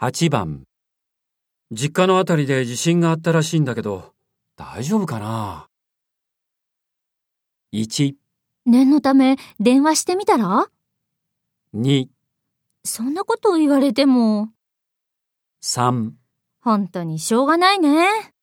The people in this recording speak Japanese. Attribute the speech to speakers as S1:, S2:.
S1: 8番。実家のあたりで地震があったらしいんだけど、大丈夫かな ?1、
S2: 念のため電話してみたら
S1: 2、
S2: そんなことを言われても、
S1: 3。
S2: 本当にしょうがないね。